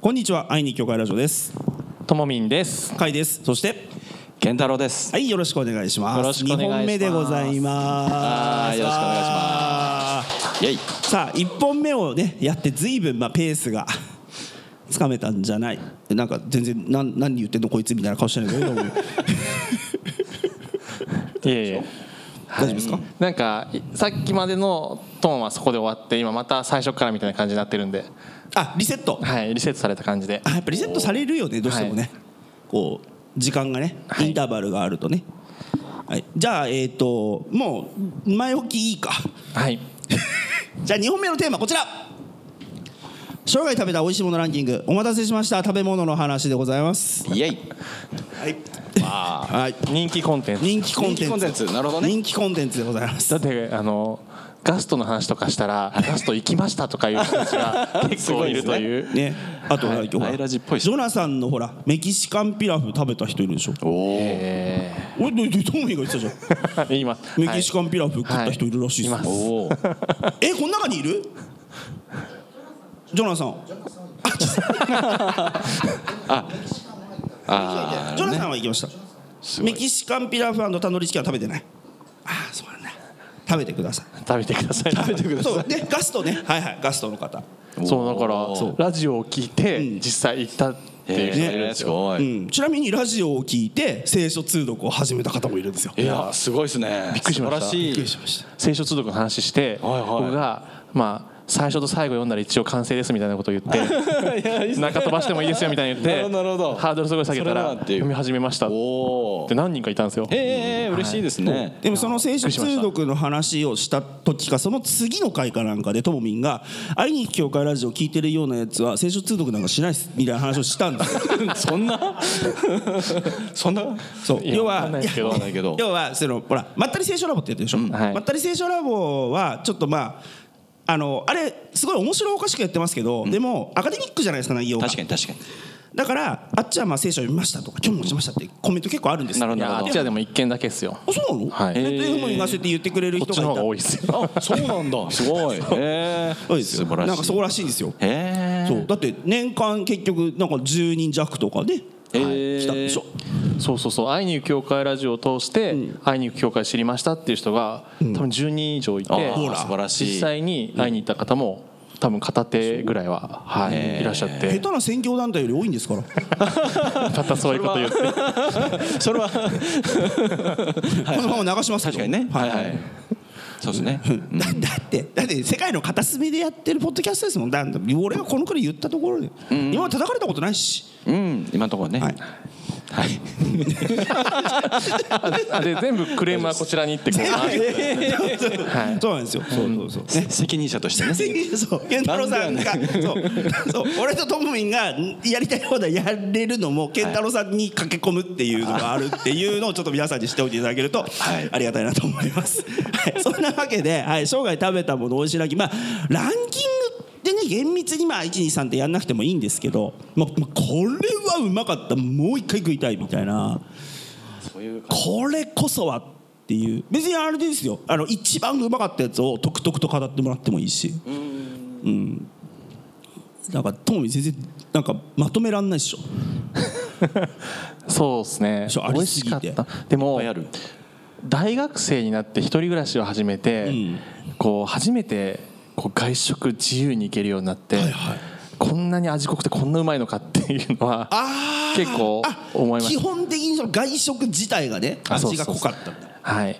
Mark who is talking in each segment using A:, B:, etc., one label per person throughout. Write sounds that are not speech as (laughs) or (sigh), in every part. A: こんにちは愛に教会ラジオです
B: ともみんです。
A: かいですそして
B: 健太郎です。
A: はいよろしくお願いします
B: よろしくお願いし
A: 二
B: ます
A: 本目でございます
B: はいよろしくお願いしイエイ。
A: さあ一本目をねやってずいぶんまあペースが (laughs) つかめたんじゃないなんか全然なん何言ってんのこいつみたいな顔してないけど大丈
B: (laughs) いえいえ。
A: 夫ですか、
B: なんかいさっきまでのトーンはそこで終わって今また最初からみたいな感じになってるんで、
A: あリセット
B: はい、リセットされた感じで
A: あやっぱリセットされるよねどうしてもね、
B: はい
A: こう時間がね
B: はい
A: インターバルがあるとね、はい、じゃあえっ、ともう前置きいいか
B: はい
A: じゃあ2本目のテーマこちら生涯食べた美味しいものランキングお待たせしました食べ物の話でございます
C: イエイ
A: はい、
C: (laughs) わ
A: はい、
B: 人気コンテンツ
A: 人気コンテンツ
C: 人気コンテンツなるほどね
A: 人気コンテンツでございます
B: だってあのガストの話とかしたらガスト行きましたとかいう人たちが結構いるという
A: ねあと、
C: はい
A: ほら
C: アイラジっぽいし
A: ジョナサンのほらメキシカンピラフ食べた人いるでしょ
C: おお、
B: え
A: おいどどトミーが言ってたじゃん
B: ー言います
A: メキシ
B: ン
A: カンピラフ食った人いるらしいですよ、
B: はいいます
C: おお
A: えこの中にいるジョナ
C: (laughs)
A: サン
C: あ
A: ジョナサンは行きました、メキシカンピラフタンドリーチキンは食べてないああそうなんだ食べてください
B: 食べてください食べてく
A: そうねガストねはいはいガストの方
C: ー
B: そうだから
C: そう
B: ラジオを聞いて
A: うん
B: 実際行ったっていう人がいるん
C: え
B: ですすよ、
C: ご
A: う
C: い、
A: ん、ちなみにラジオを聞いて聖書通読を始めた方もいるんですよ
C: いやすごいですね
B: びっくりしました
C: 素晴
A: びっく
C: ら
A: り
C: しい
A: しました
B: 聖書通読の話して、
C: はいはい
B: 僕がまあ最初と最後読んだら一応完成ですみたいなことを言って中飛ばしてもいいですよみたいに言って
C: なる (laughs) ほどなるほど
B: ハードルすごい下げた
C: それ
B: ら
C: はなんていう
B: 読み始めましたっ
C: お
B: て
C: おー
B: 何人かいたんですよ
C: えー、えー嬉しいですね、
A: でもその聖書通読の話をした時かその次の回かなんかでともみんが「会いに行く教会ラジオ聞いてるようなやつは聖書通読なんかしないっす」みたいな話をしたん (laughs) ですよ
C: (laughs) そんなそんな
A: そう
B: いや
A: 要
B: わ
A: は
B: かんないですけど
C: わかんないけど
A: 要はそのほらまったり聖書ラボってやってるでしょ、
B: はい
A: まったり聖書ラボはちょっとまああのあれすごい面白おかしくやってますけど、でもアカデミックじゃないですか内容が
C: 確かに確かに
A: だからあっちはまあ聖書読みましたとか興味持ちましたってコメント結構あるんですよ
C: なるほ
B: い
C: ど
B: やあっちはでも一件だけですよ
A: あそうなの、
B: はい
A: えというふうに言わせて言ってくれる
B: こ
A: 人
B: っちの
A: が
B: 方
A: いた
B: が多いですよ
C: あそうなんだすごいええ
A: そう
C: ー、
A: です
C: 素
A: よ
C: 晴らしい
A: なんかそうらしいんですよ
C: えー、
A: そうだって年間結局なんか10人弱とかで、
C: えー
A: 来たんでしょ
B: そうそうそう「愛に行く教会ラジオ」を通して「愛に行く教会知りました」っていう人が多分10人以上い
C: あ
B: て
C: ー
A: ほら
C: 素晴らしい
B: 実際に会いに行った方も多分片手ぐらいははいいらっしゃっ
A: 下
C: (laughs)
B: て
A: 手な宣教団体より多いんですから
B: 片そういうこと言って
C: それは
A: このまま流しますけ
C: 確
A: ど
C: かにねはいはいそうですね、うん
A: だだってだって世界の片隅でやってるポッドキャストですもんだ俺がこのくらい言ったところで、今まで叩かれたことないし
C: うん、今のところね
A: はい
C: はい
B: あで全部クレームはこちらにってこう回してはい
A: (laughs) そうなんですよ、そうそうそうね
C: (laughs) 責任者と
A: (laughs)
C: してね
A: そう健太郎さんがそうそう俺とトムミンがんやりたい放題やれるのも健太郎さんに駆け込むっていうのがあるっていうのをちょっと皆さんにしておいていただけると、
C: はい
A: ありがたいなと思います、はい、そんなわけで、はい、生涯食べたもの美味しいランキングまあランキングでね厳密にまあ123ってやんなくてもいいんですけど、まあ、まあこれはうまかったもう一回食いたいみたいな。
C: そういう感
A: これこそはっていう別にあれですよあの一番うまかったやつをとくとくと語ってもらってもいいしうんなんかトミー全然なんかまとめらんないっしょ
B: そうですね
A: そうあ
B: 美
A: り
B: 味
A: す
B: し
A: ぎ
B: か
A: て
B: ったでも
C: じある
B: 大学生になって一人暮らしを始めて、
A: ん
B: こう初めてこう外食自由に行けるようになって、
A: はいはい
B: こんなに味濃くてこんなうまいのかっていうのは
A: あー
B: 結構
A: あ
B: 思いまし
A: 基
B: た
A: 本的にその外食自体がね
B: あそう
A: 味が濃かったんだ
B: はい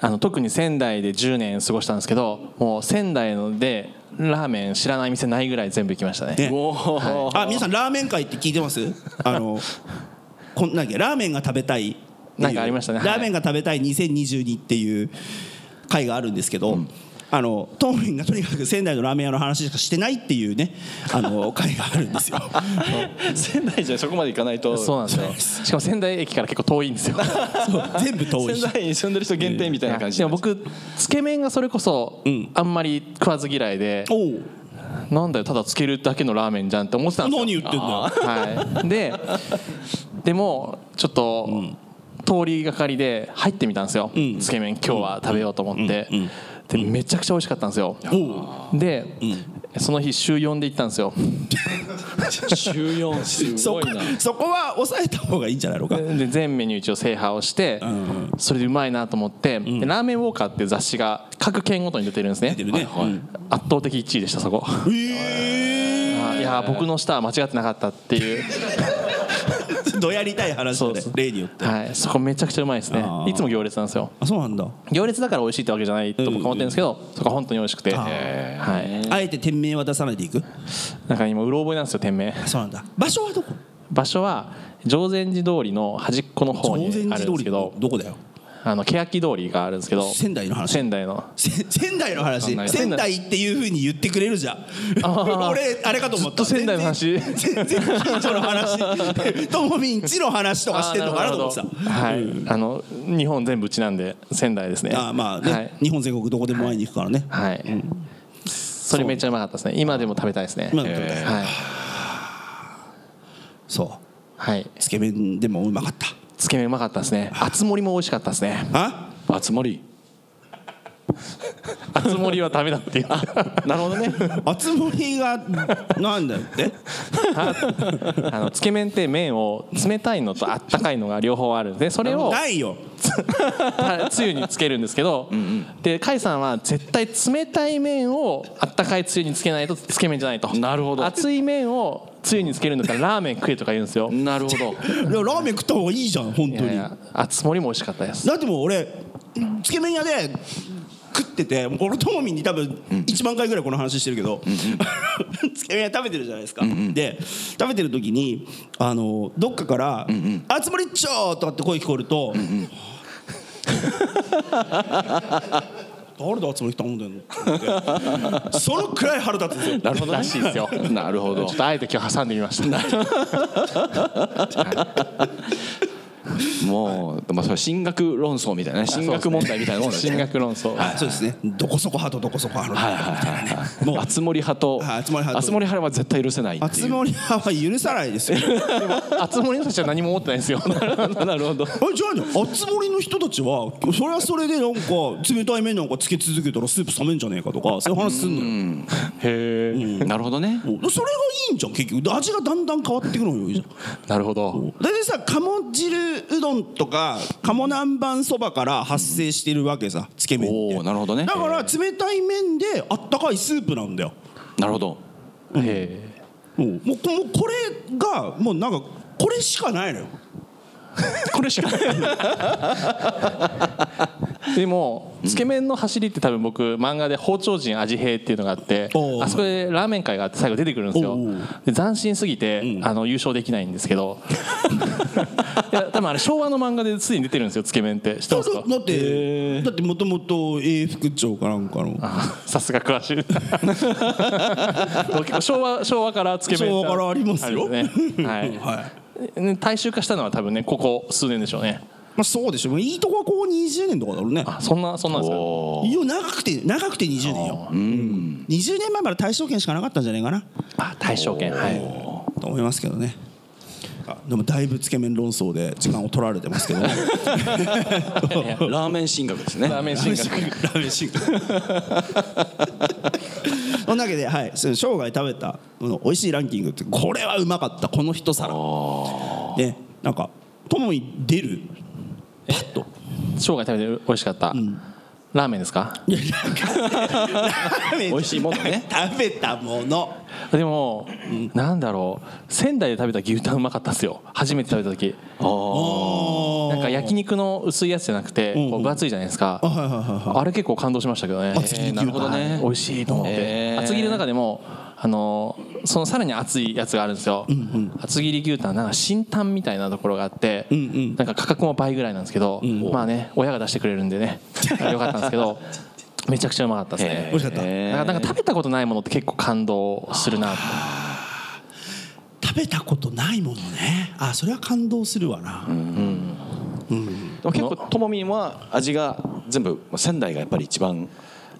B: あの特に仙台で10年過ごしたんですけどもう仙台のでラーメン知らない店ないぐらい全部行きましたね
A: ね
C: おお、
A: あ皆さんラーメン会って聞いてますあのこんなんだっけラーメンが食べたいっていう
B: なんかありましたねはい
A: ラーメンが食べたい2022っていう会があるんですけど、あのトーミンがとにかく仙台のラーメン屋の話しかしてないっていうねあ
B: (laughs)
A: の会があるんですよ
C: 仙台じゃそこまで行かないと
B: そうなんですよしかも仙台駅から結構遠いんですよ
A: そう全部遠いし
C: 仙台に住んでる人限定みたいな感じ
B: でも僕つけ麺がそれこそ
A: ん
B: あんまり食わず嫌いで、
A: おう
B: なんだよただつけるだけのラーメンじゃんって思ってたんですよ
A: 何言ってんだよ
B: はい、ででもちょっと、通りがかりで入ってみたんですよ、
A: ん
B: つけ麺今日は食べようと思って、
A: うんうん
B: でめちゃくちゃ美味しかったんですよ、
A: おう
B: で、その日週4で行ったんですよ
C: 週4す
A: そ
C: ご
A: こ
C: いな
A: そこは抑えた方がいいんじゃないのか、
B: で全メニュー一応制覇をして、それでうまいなと思って、でラーメンウォーカーっていう雑誌が各県ごとに出てるんですね
A: 出てるね
B: はいはい圧倒的1位でしたそこ
A: え
B: あいやー僕の下は間違ってなかったっ
A: (laughs)
B: ていう、
A: ー、 (laughs) どやりたい話だね
B: そうそう
A: 例によって
B: はい、そこめちゃくちゃうまいですね
A: あー
B: いつも行列なんですよ
A: あそうなんだ
B: 行列だから美味しいってわけじゃないと僕は思ってるんですけど、そこは本当に美味しくて、はい、
A: あえて店名は出さないでいく
B: なんか今うろ覚えなんですよ店名
A: あそうなんだ場所はどこ
B: 場所は常禅寺通りの端っこの方にあるん
A: 善
B: で
A: 寺
B: す
A: 通り
B: けど
A: どこだよ
B: あの欅通りがあるんですけど
A: 仙台の話
B: 仙台の
A: せ仙台の話
B: 仙台
A: 仙台っていうふうに言ってくれるじゃん (laughs)
B: ー
A: 俺あれかと思った
B: ずっと仙台の話
A: 全然全然近所の
B: (laughs)
A: 話ともみんちの話とかしてんのかなと思って
B: あ
A: さ
B: ーなるほどはい、あの日本全部うちなんで仙台ですね
A: あーまあね、
B: はい、
A: 日本全国どこでも会いに行くからね、
B: はいそれめっちゃうまかったですね今でも食べたいですね
A: 今でも食べたい
B: はい、
A: そ
B: はい、
A: うつけ麺でもうまかった
B: つけ麺うまかったですね厚盛りも美味しかったですね (laughs)
A: あ
C: 熱盛
B: 厚盛りはダメだっていう (laughs) なるほどね
A: 厚盛りがなんだよって
B: あのつけ麺って麺を冷たいのとあったかいのが両方あるんでそれを
A: ないよ
B: た (laughs) つゆにつけるんですけどで甲斐さんは絶対冷たい麺をあったかいつゆにつけないとつけ麺じゃないと
C: なるほ
B: (laughs)
C: ど
B: 熱い麺をつゆにつけるんだったらラーメン食えとか言うんですよ
C: なるほど
A: いやラーメン食った方がいいじゃん本
B: い
A: 当
B: やい
A: に
B: や熱盛りも美味しかったです
A: だってもう俺つけ麺屋で食っててもう俺ともみんに多分1万回ぐらいこの話してるけど、 (laughs) つけ麺屋食べてるじゃないですか、で食べてる時にあのどっかから「あつ森っちょ!」とかって声聞こえると「誰であつ森頼んでんの?」って思ってそのくらい腹立つんですよ
B: なるほどらしいですよ
C: なるほ
B: ちょ
C: ど
B: っとあえて今日挟んでみました (laughs)
C: もう、まあ、それは進学論争みたいなね進学問題みたいなもんだ
B: 進
C: ね
B: 学論争 (laughs)
A: あそうですねどこそこ派とどこそこ派のもう
C: 熱盛派と
A: はい熱盛派と
C: 熱盛派は絶対許せないって
A: 熱
C: いう
A: 森派は許さないですよ
B: 熱盛りの人たちは何も思ってないですよなるほど
A: あれじゃあね熱盛の人たちはそれはそれでなんか冷たい麺なんかつけ続けたらスープ冷めんじゃねえかとかそういう話すんのよ
B: へえ
C: なるほどね
A: それがいいんじゃん結局味がだんだん変わってくのよいいじゃん
B: なるほど
A: 大体さ鴨汁うどんとか鴨南蛮そばから発生してるわけさつけ麺って
C: おおなるほどね
A: だから冷たい麺であったかいスープなんだよ
C: なるほど
B: へえ
A: もうもうこもうこれがもうなんかこれしかないのよ
C: これしか
B: (laughs) でもつけ麺の走りって多分僕漫画で「包丁人味兵」っていうのがあって
A: おう
B: あそこでラーメン会があって最後出てくるんですよ
A: おう
B: で斬新すぎて、あの優勝できないんです
A: (laughs)
B: けどいや多分あれ昭和の漫画ですでに出てるんですよつけ麺って知ってますか
A: だってだってもともと永福町かなんかの
B: あ (laughs) さすが詳
A: (laughs)
B: しい結構昭和昭和からつけ麺
A: 昭和からありますよ
B: あるんですねはい
A: (laughs) はい
B: ね大衆化したのは多分ねここ数年でしょうね
A: まあそうでしょういいとこはここ20年とかだろうね
B: あそんなそんなんですか
C: お
A: いや長くて長くて20年よ、うん、20年前まで大賞券しかなかったんじゃないかな
B: あ大賞券はい
A: と思いますけどねあでもだいぶつけ麺論争で時間を取られてますけどね
C: ーラーメン進学ですね
B: ラーメン進学
A: (laughs) ラーメンシンクそんなわけで、はい、その生涯食べたもの美味しいランキングってこれはうまかったこの一皿ねなんかともに出るパッと
B: 生涯食べて美味しかった、ラーメンですか
A: いやなんかラーメン
C: 美味しいものね
A: 食べたもの
B: でも、なんだろう仙台で食べた牛タンうまかったっすよ初めて食べた時なんか焼肉の薄いやつじゃなくてこう分厚いじゃないです
A: は
B: か、
A: いはいはい
B: あれ結構感動しましたけどね
A: 厚切り牛タン
B: なるほどね美味しいと思って、
C: へー
B: 厚切りの中でもあのそのさらに厚いやつがあるんですよ、厚切り牛タンなんか新タンみたいなところがあって、なんか価格も倍ぐらいなんですけど、まあね親が出してくれるんで (laughs) ねよかったんですけどめちゃくちゃうまかったですね
A: 美味しかった
B: なんかなんか食べたことないものって結構感動するなと
A: 食べたことないものねあそれは感動するわな、
C: でも結構ともみんは味が全部まあ仙台がやっぱり一番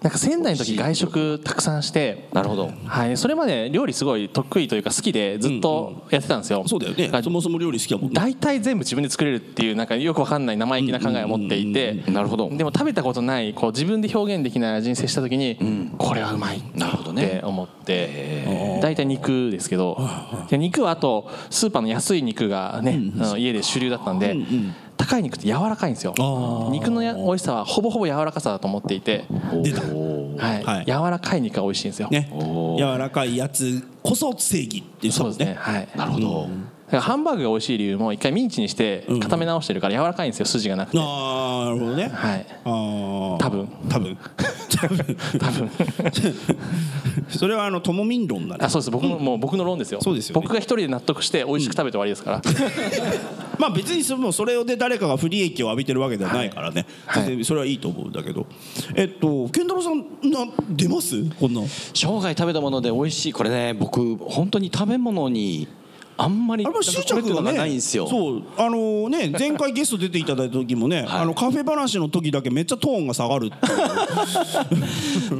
B: なんか仙台の時外食たくさんして
C: なるほど
B: はい、それまで料理すごい得意というか好きでずっとやってたんですよ、
A: そうだよね
B: から
A: そもそも料理好きだもんね
B: 大体全部自分で作れるっていうなんかよくわかんない生意気な考えを持っていて
C: なるほど
B: でも食べたことないこう自分で表現できない味に接した時に、これはうまいっ
C: なるほど
B: て
C: ね
B: 思って大体肉ですけどで肉はあとスーパーの安い肉がね、あの家で主流だったんで、高い肉って柔らかいんですよ
A: あー
B: 肉のや美味しさはほぼほぼ柔らかさだと思っていて、
A: 出た
B: はい
A: はい
B: 柔らかい肉が美味しいんですよ、
A: ね
C: おー
A: 柔らかいやつこそ正義っていう
B: そうですね
A: ね
B: はい
C: なるほど
B: だからハンバーグが美味しい理由も一回ミンチにして固め直してるから柔らかいんですよ筋がなくては
A: ああなるほどね
B: い
A: ああ
B: 多分
A: 多分多
B: (laughs)
A: 分
B: 多分
A: それはあのともみん論だね
B: あそうです僕の、もう僕の論ですよ
A: そうですよね
B: 僕が一人で納得して美味しく食べて終わりですから、
A: まあ別にそのそれで誰かが不利益を浴びてるわけではないからね、
B: はい
A: 全然それはいいと思うんだけどえっと健太郎さんな出ますこんな
C: 生涯食べたもので美味しいこれね僕本当に食べ物にあんまり
A: あんま執着
C: これっていう
A: が
C: の
A: ね
C: がないんですよ
A: そうあのね前回ゲスト出ていただいた時もね、
C: はい
A: あのカフェ話の時だけめっちゃトーンが下がるって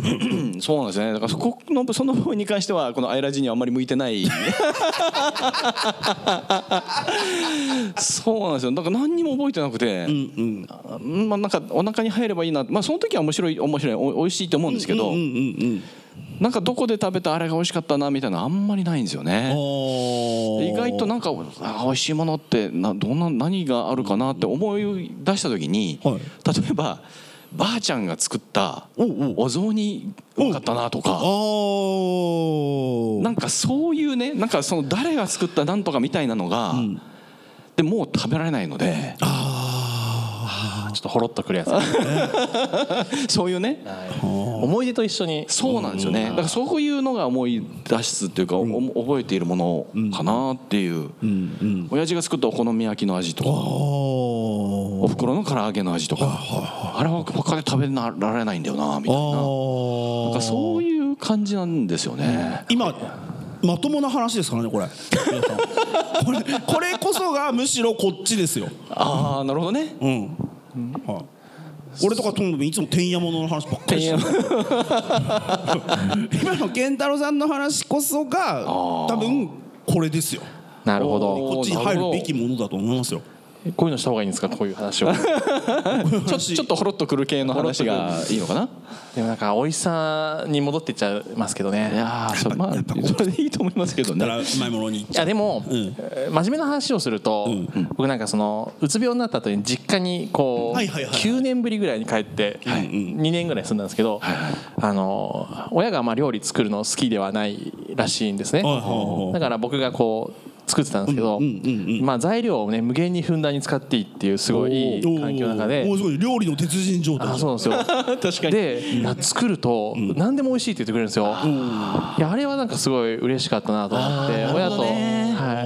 A: いう
C: うんそうなんですよねだからそこのその部分に関してはこの「アイラジ」にはあんまり向いてないそうなんですよなんか何にも覚えてなくて、うんまあ、なんかお腹に入ればいいな、まあ、その時は面白い面白いお美味しいと思うんですけど、
A: うんうん
C: なんかどこで食べたあれが美味しかったなみたいなのあんまりないんですよ
A: うん
C: ね
A: おー
C: 意外となんかあ美味しいものってなどんな何があるかなって思い出した時に、
A: はい
C: 例えばばあちゃんが作った
A: おうおう
C: お雑煮よかったなとか
A: あ。ー
C: なんかそういうねなんかその誰が作ったなんとかみたいなのが、でもう食べられないので
B: ちょっとほろっとくるやつ、はい
C: そういうね
B: 思い出と一
A: (laughs)
B: 緒に
C: そうなんですよねだからそういうのが思い出すっていうか、お覚えているものかなっていう、親父が作ったお好み焼きの味とか
A: あー
C: おふくろの唐揚げの味とかあれは他で食べなられないんだよなみたいななんかそういう感じなんですよね。
A: 今まともな話ですからねこれ皆さんこれこれこそがむしろこっちですよ
C: ああなるほどね
A: うん、はい俺とかともぶんいつもてんやものの話ばっかりしてる今の健太郎さんの話こそが多分これですよ
B: なるほ
C: おー
B: ど
A: こっちに入るべきものだと思いますよ
B: こういうのした方がいいんですかこういう話を
C: ちょちょっとほろっとくる系の話がいいのかな
B: でもなんか美味しさに戻ってっちゃいますけど
C: い
B: ね
C: やーそ,、まあ、
A: やっぱこう
C: それでいいと思いますけど
A: だから
C: ね。
A: うまいものに行っ
B: い
A: ちゃ
B: やでも、
A: ん
B: えー真面目な話をすると、僕なんかそのうつ病になった後に実家にこう、
A: はいはいはいはい
B: 9年ぶりぐらいに帰って、2年ぐらい住んだんですけど、あの親がまあ料理作るの好きではないらしいんですね、
A: はいはいはい
B: だから僕がこう作ってたんですけど、
A: うんうんうん
B: まあ、材料をね無限にふんだんに使っていいっていうすごいいい環境の中で
A: おーおーすごい料理の鉄人状態
B: あそうなん
A: (laughs)
B: ですよ
C: 確か
B: で、いや作ると何でも美味しいって言ってくれるんですよ、いやあれはなんかすごい嬉しかったなと思って親と、は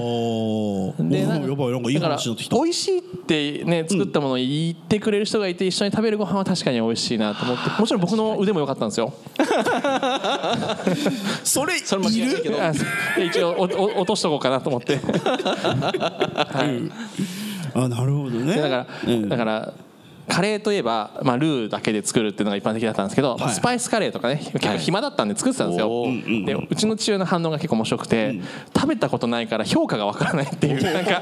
B: い、
A: おー
B: で
A: お
B: な
A: ーやばいなんかいい
B: だから
A: 話になってきた
B: 美味しいってね作ったものを言ってくれる人がいて一緒に食べるご飯は確かに美味しいなと思ってもちろん僕の腕も良かったんですよ
A: それ
C: れ間違
A: い
C: いないけ
A: る
C: ど
B: あ一応おお落としとこうかなと思って
A: あなるほどね
B: だから
A: うん
B: だからカレーといえば、まあ、ルーだけで作るっていうのが一般的だったんですけど、まあ
A: はい
B: スパイスカレーとかね結構暇だったんで作ってたんですよ、
C: おー
B: でうちの父親の反応が結構面白くて、食べたことないから評価がわからないっていうなんか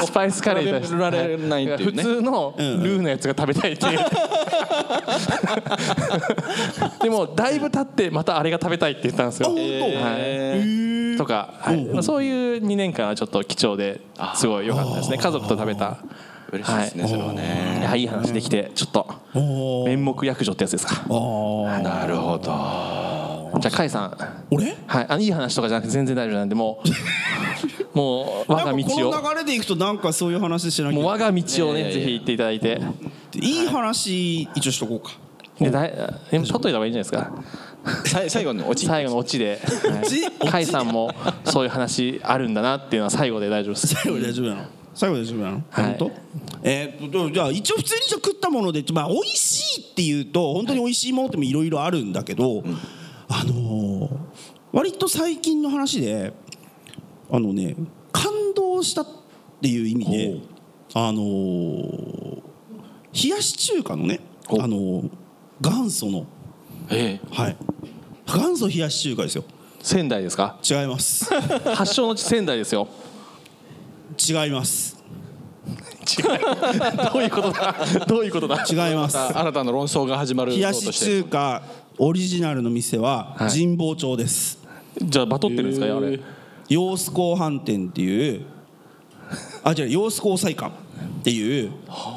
B: スパイスカレーに対して
C: 比べられないっていうね
B: 普通のルーのやつが食べたいっていうでもだいぶ経ってまたあれが食べたいって言ったんですよ、
A: あ
B: はいとか、はいまあそういう2年間はちょっと貴重ですごい良かったですね家族と食べた
C: 嬉しいですね、
B: はい
C: それはね。
B: いやいい話できてちょっと
A: おー
B: 面目役所ってやつです
A: あ
B: か
A: ー
C: なるほど。
B: じゃあ甲斐さん
A: 俺
B: はいあのいい話とかじゃなくて全然大丈夫なんでもうもう我
A: な
B: が
A: んか
B: 道を
A: この流れでいくとなんかそういう話しなき
B: もう
A: ゃ
B: 我が道を
C: いやいや
B: ね
C: いや
B: ぜひ言っていただいて
A: いい話一応しとこうか
B: でだいでも取っといた方がいいんじゃないですか
C: さい最後のオチ。
B: 最後のオチで
A: オチ
B: はい甲斐さんもそういう話あるんだなっていうのは最後で大丈夫です
A: 最後大丈夫なの最後大丈夫なの、
B: はい
A: 本当えーっとじゃあ一応普通にじゃあ食ったもので、まあ、美味しいっていうと本当に美味しいものってもいろいろあるんだけど、あのー割と最近の話であのね感動したっていう意味であのー冷やし中華のね、あのー元祖の
B: ええ
A: はい元祖冷やし中華ですよ
B: 仙台ですか
A: 違います
B: 発祥の地仙台ですよ
A: 違います
B: (laughs) どういうことだどういうことだ
A: 違います
C: 新たな論争が始まる
A: 冷やし中華オリジナルの店は
B: はい
A: 神保町です、
B: じゃあバトってるんですかあれ
A: 洋子港飯店っていうあ違う洋子港菜館っていう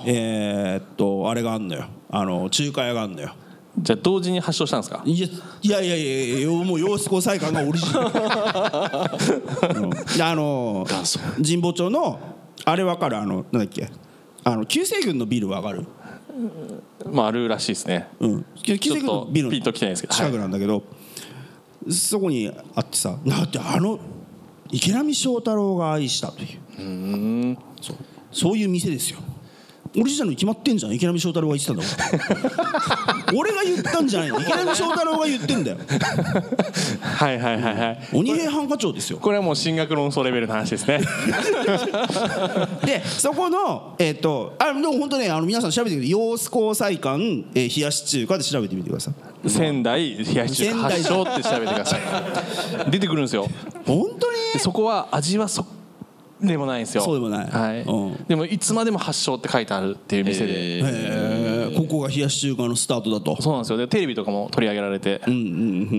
A: えーっとあれがあんのよあの中華屋があんのよ
B: じゃあ同時に発祥したんですか
A: いやいやいやいやいやもう洋子港菜館がオリジナル、うんであの
C: 元祖
A: 神保町のあれわかるあのなんだっけあの救世軍のビルわかる
B: まああるらしいですね
A: うん、旧
B: ちょっ
A: 世
B: と
A: のビル
B: ピンときてないですけど
A: 近くなんだけど、そこにあってさだってあの池波正太郎が愛したというそうそういう店ですよオリジナルに決まってんじゃん池波正太郎が言ってたんだから
B: (laughs)
A: 俺が言ったんじゃないの池波正太郎が言ってんだよ
B: はいはいはいはい
A: 鬼平犯科帳ですよ
B: これはもう進学論争レベルの話ですね
A: でそこのえっ、とあでも本当ねあの皆さん調べてみて洋子交際館、えー冷やし中華で調べてみてください
B: 仙台冷やし中華発祥って調べてくだ
A: (laughs)
B: さい出てくるんですよ
A: 本当に
B: でそこは味はそでもないんですよ
A: そうでもない
B: はい
A: うん
B: でもいつまでも発祥って書いてあるっていう店で、
A: えーここが冷やし中華のスタートだと
B: そうなんですよでテレビとかも取り上げられて、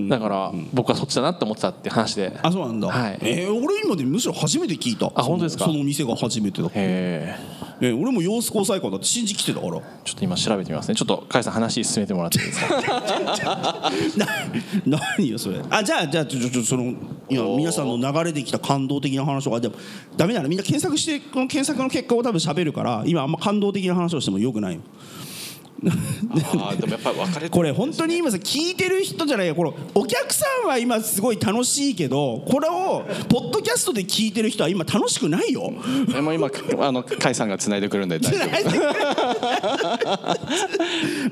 B: だから僕はそっちだなって思ってたって話で
A: あそうなんだ、
B: はい
A: えー俺今でむしろ初めて聞いた
B: あ本当ですか
A: そのその店が初めてだ、
B: へえ
A: えー俺も様子交際館だって信じきてたから (laughs)
B: ちょっと今調べてみますねちょっと甲斐さん話進めてもらっていいですか
A: な (laughs) 何よそれあじゃあじゃあちょちょちょその今皆さんの流れできた感動的な話とかでもダメだなみんな検索してこの検索の結果を多分喋るから今あんま感動的な話をしてもよくないよ
C: あーでもやっぱり別れて
A: これ本当に今さ聞いてる人じゃないよこのお客さんは今すごい楽しいけどこれをポッドキャストで聞いてる人は今楽しくないよ
C: でも今あの甲斐さんが繋いでくるんで (laughs) 大丈夫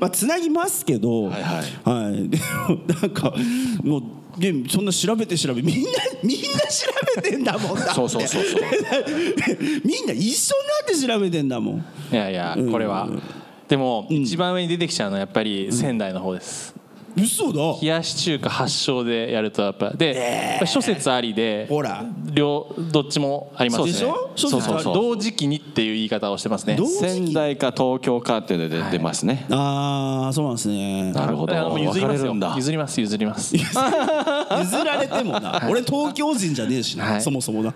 A: (laughs) まあ、つなぎますけど、はい
C: はい
A: でもなんかもうでそんな調べて調べみんなみんな調べてんだもんだ
C: そうそうそうそう
A: (laughs) みんな一緒になって調べてんだもん
B: いやいやこれは、でも、一番上に出てきちゃうのはやっぱり仙台の方です、
A: 嘘だ
B: 冷やし中華発祥でやるとやっぱで、やっぱ諸説ありで
A: ほら
B: 両どっちもありますね
A: でしょ諸説
B: そうそう
A: あり
B: そう同時期にっていう言い方をしてますね
A: 同時期
C: 仙台か東京かっていうので出ますね、
A: ああそうなんですね
C: なるほど
B: あもう譲
C: 分
B: り
C: か
B: ま
C: れ
B: す
C: る
B: よ
C: んだ
B: 譲ります譲ります
A: 譲られてもな俺東京人じゃねえしな、
B: はい
A: そもそもな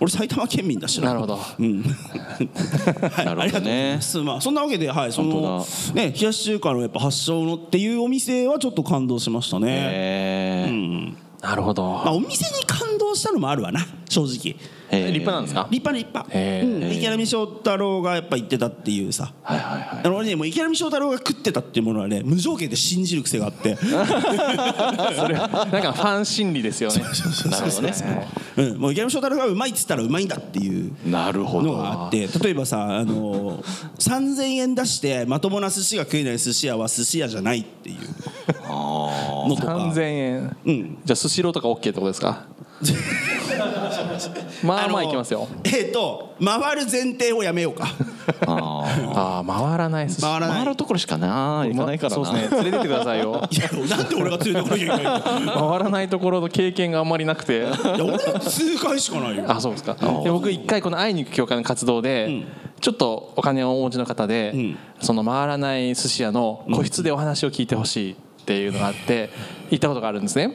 A: 俺埼玉県民だしな
B: なるほど
A: はい、ありがとう
C: なるほどね
A: ございます。まあそんなわけで、はい、その
C: 本
A: ね冷やし中華のやっぱ発祥のっていうお店はちょっと感動しましたね。
C: えー
B: なるほど、
A: まあお店に感動したのもあるわな、正直。
C: えー
B: 立派なんですか
A: 立派な立派。
B: へー
A: うん、池波正太郎がやっぱ言ってたっていうさ。
C: はいはいはい
A: あの俺ね、もう池波正太郎が食ってたっていうものはね無条件で信じる癖があって、
B: それなんかファン心理ですよねなるほどね
A: うん、もう池波正太郎がうまいっつったらうまいんだっていう
C: なるほ
A: のがあ
C: ど
A: って例えばさ、あの3,000円出してまともな寿司が食えない寿司屋は寿司屋じゃないっていうのとか
B: 3000円、じゃあスシローとか OK ってことですかまあまあいきますよ
A: えっ、と回る前提をやめようか
C: あー
B: ああ回らない寿司
A: 回らない
C: 回るところしかな行かないからな、
B: そうですね連れてってくださいよ
A: いやなんで俺が連れてこなきゃいけないんだ
B: 回らないところの経験があんまりなくて
A: いや俺だって数回しかないよ
B: あそうですかで僕一回この会いに行く教会の活動で、ちょっとお金をお持ちの方で、その回らない寿司屋の個室でお話を聞いてほしいっていうのがあって行ったことがあるんですね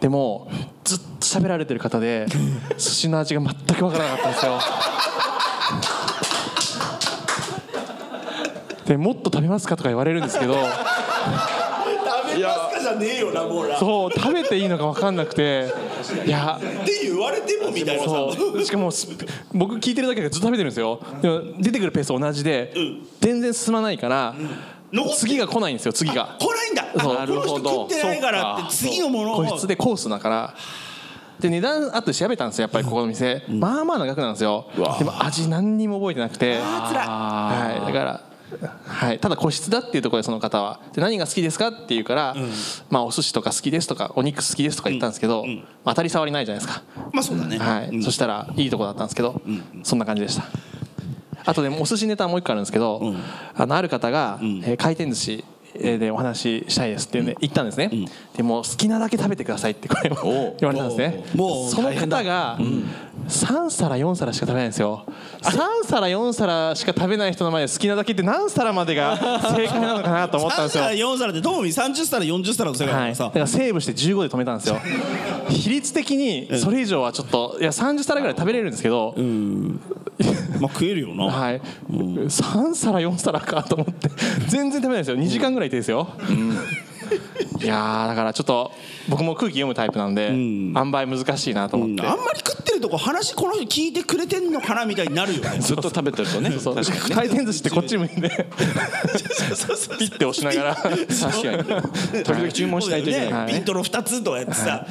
B: でもずっと喋られてる方で寿司の味が全く分からなかったんですよでもっと食べますかとか言われるんですけど
A: 食べますかじゃねえよなもうなっ
B: そう食べていいのか分かんなくていや
A: て言われてもみたいなさ
B: そうしかもす僕聞いてるだけでずっと食べてるんですよでも出てくるペース同じで、全然進まないから、
A: 残っ
B: 次が来ないんですよ次が
A: 来ないんだ
B: そう
A: あこの人食ってないからって次のものを
B: 個室でコースだからで値段あと調べたんですよやっぱりここの店、まあまあな額なんですよでも味何にも覚えてなくて
A: あつら
B: はい、だから、はい、ただ個室だっていうところでその方はで何が好きですかっていうから、まあ、お寿司とか好きですとかお肉好きですとか言ったんですけど、まあ当たり障りないじゃないですか
A: いまあそうだね、
B: はいそしたらいいとこだったんですけど、そんな感じでしたあとでもお寿司ネタもう一個あるんですけど、あのある方が、えー回転寿司えーでお話ししたいですって、ね言ったんですね、でもう好きなだけ食べてくださいってこれを言われたんですね
A: もう
B: その方が3皿4皿しか食べないんですよ3皿4皿しか食べない人の前で好きなだけって何皿までが正解なのかなと思ったん
A: 3
B: ですよ
A: 皿4皿ってともみ30皿40皿の世界だか
B: はい、
A: ら
B: だ
A: さ
B: からセーブして15で止めたん
A: (laughs)
B: ですよ比率的にそれ以上はちょっといや30皿ぐらい食べれるんですけど、
A: まあ食えるよな
B: はい、3皿4皿かと思って全然食べないですよ2時間ぐらいいてですよ、いやーだからちょっと僕も空気読むタイプなんで、塩梅難しいなと思
A: う
B: っ
A: ん
B: て、
A: あんまり食ってるとこ話この人聞いてくれてんのかなみたいになるよね
C: (laughs) ずっと食べてるとね
B: そう
C: 確かにね
B: 回転寿司ってこっ
A: (laughs)
B: ち向いて
A: そうそうそう
B: ピッて押しながら
C: 確かに時々注文しないといけない、
A: そうだよね
B: はい
A: ビントロ2つとかやってさ、や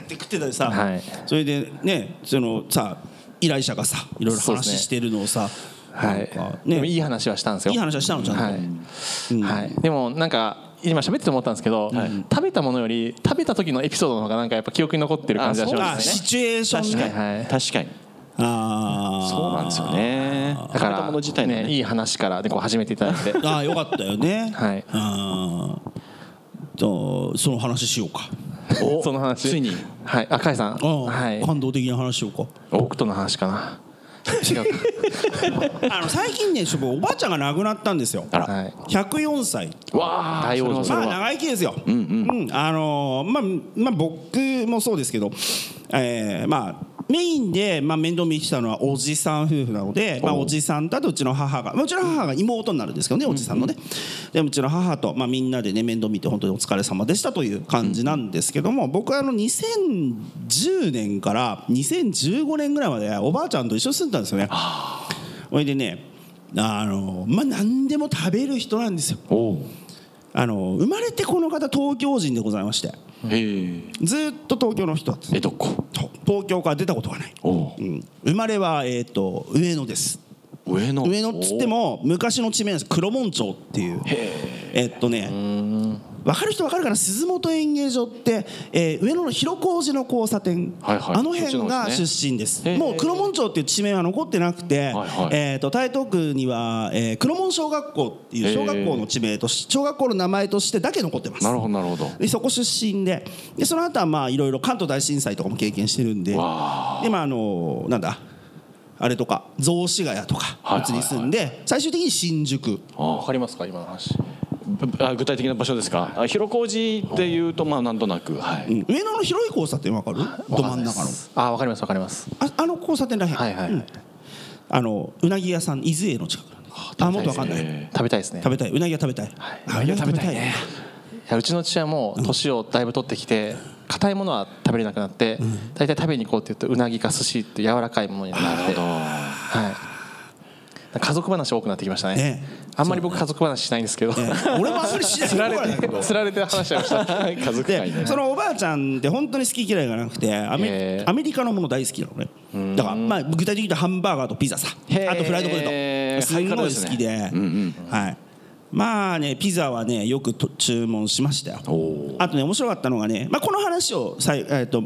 A: って食ってたりさ、
B: はい
A: それでねそのさ依頼者がさいろいろ
B: そうですね
A: 話してるのをさ、
B: はい
A: なんか、
B: でもい
A: ね
B: い話はしたんですよ
A: いい話はしたのちゃんと、
B: はい、はい、でもなんか今喋ってて思ったんですけど、食べたものより食べた時のエピソードの方がなんかやっぱ記憶に残ってる感じがし
C: そう
B: ま
A: あ
B: す
A: シチュエーション
B: ね
A: ね
B: はい
C: 確かに
A: ああ
C: そうなんですよね食
B: だ
C: べ
B: か
C: たも
B: ら
C: の自体の
B: ね
C: ね
B: いい話からでこう始めていただいて
A: ああよかったよね
B: (laughs) はい
A: あーとその話しようか
C: お
B: その話
C: ついに
B: はいあ甲斐さん
A: あー、
B: はい
A: 感動的な話しようか
B: 北斗の話かな違う
A: あの最近ね僕おばあちゃんが亡くなったんですよ
C: (laughs) あら
B: はい
A: 104歳
C: わあ
B: 大王女
C: それ
A: まあ
C: は
A: 長生きですよ。うんあのーまあまあ僕もそうですけど、えーまあ。メインで、まあ、面倒見てたのはおじさん夫婦なので、まあ、おじさんとあとうちの母が、まあ、うちの母が妹になるんですけどねおじさんのね、でうちの母と、まあ、みんなでね面倒見て本当にお疲れ様でしたという感じなんですけども、僕はあの2010年から2015年ぐらいまでおばあちゃんと一緒に住んでたんですよねそれでねあのまあ何でも食べる人なんですよ
C: おう
A: あの生まれてこの方東京人でございまして
C: へえ
A: ずーっと東京の人だった
C: えどこ
A: と東京から出たことがない、
C: おお
A: うん生まれは、えー、と上野です
C: 上野
A: 上野っつっても昔の地名なんです黒門町っていうえっとね分かる人分かるかな鈴本演芸場って、えー上野の広小路の交差点、
C: はいはい
A: あの辺が出身です
C: へー
A: もう黒門町っていう地名は残ってなくて、
C: はいはい
A: えー、と台東区には、えー黒門小学校っていう小学校の地名とし小学校の名前としてだけ残ってます
C: なるほどなるほど
A: でそこ出身ででその後はまあいろいろ関東大震災とかも経験してるんでで
C: わ
A: まああのなんだあれとか雑司ヶ谷とか
C: はいはいは
A: 別
C: い
A: に住んで、最終的に新宿
B: わかりますか今の話
C: あ具体的な場所ですかあ広小路っていうとまあなんとなくはい、
A: うん上野の広い交差点わかるど真ん中の
B: あわかりますわかります
A: ああの交差点らへん、
B: はいはい
A: うんあのうなぎ屋さん伊豆への近くなんであもっとわかんない、
C: え
B: 食べたいですね
A: 食べたいうなぎ屋食べたい、あうなぎ屋食べたいね
B: いやうちの父はもう年をだいぶ取ってきて硬いものは食べれなくなって大体食べに行こうって言うとうなぎか寿司って柔らかいものになってはい家族話多くなってきましたね
A: ね
B: あんまり僕家族話しないんですけど
A: ね俺もあんまり知ら
B: つら
A: ない
B: れ
A: だけ
B: て
A: ど
B: つられて話しちゃいました
C: ー家族会ね
A: でそのおばあちゃんって本当に好き嫌いがなくてアメ,、
B: へー
A: アメリカのもの大好きなのねだからまあ具体的に言うとハンバーガーとピザさ
C: へー
A: あとフライドポテトすん
C: ハイカ
A: ご
C: ロで
A: い
C: すね
A: 好きではい、まあねピザはねよくと注文しましたよ
C: お
A: あとね面白かったのがね、まあ、この話をさい、えー、と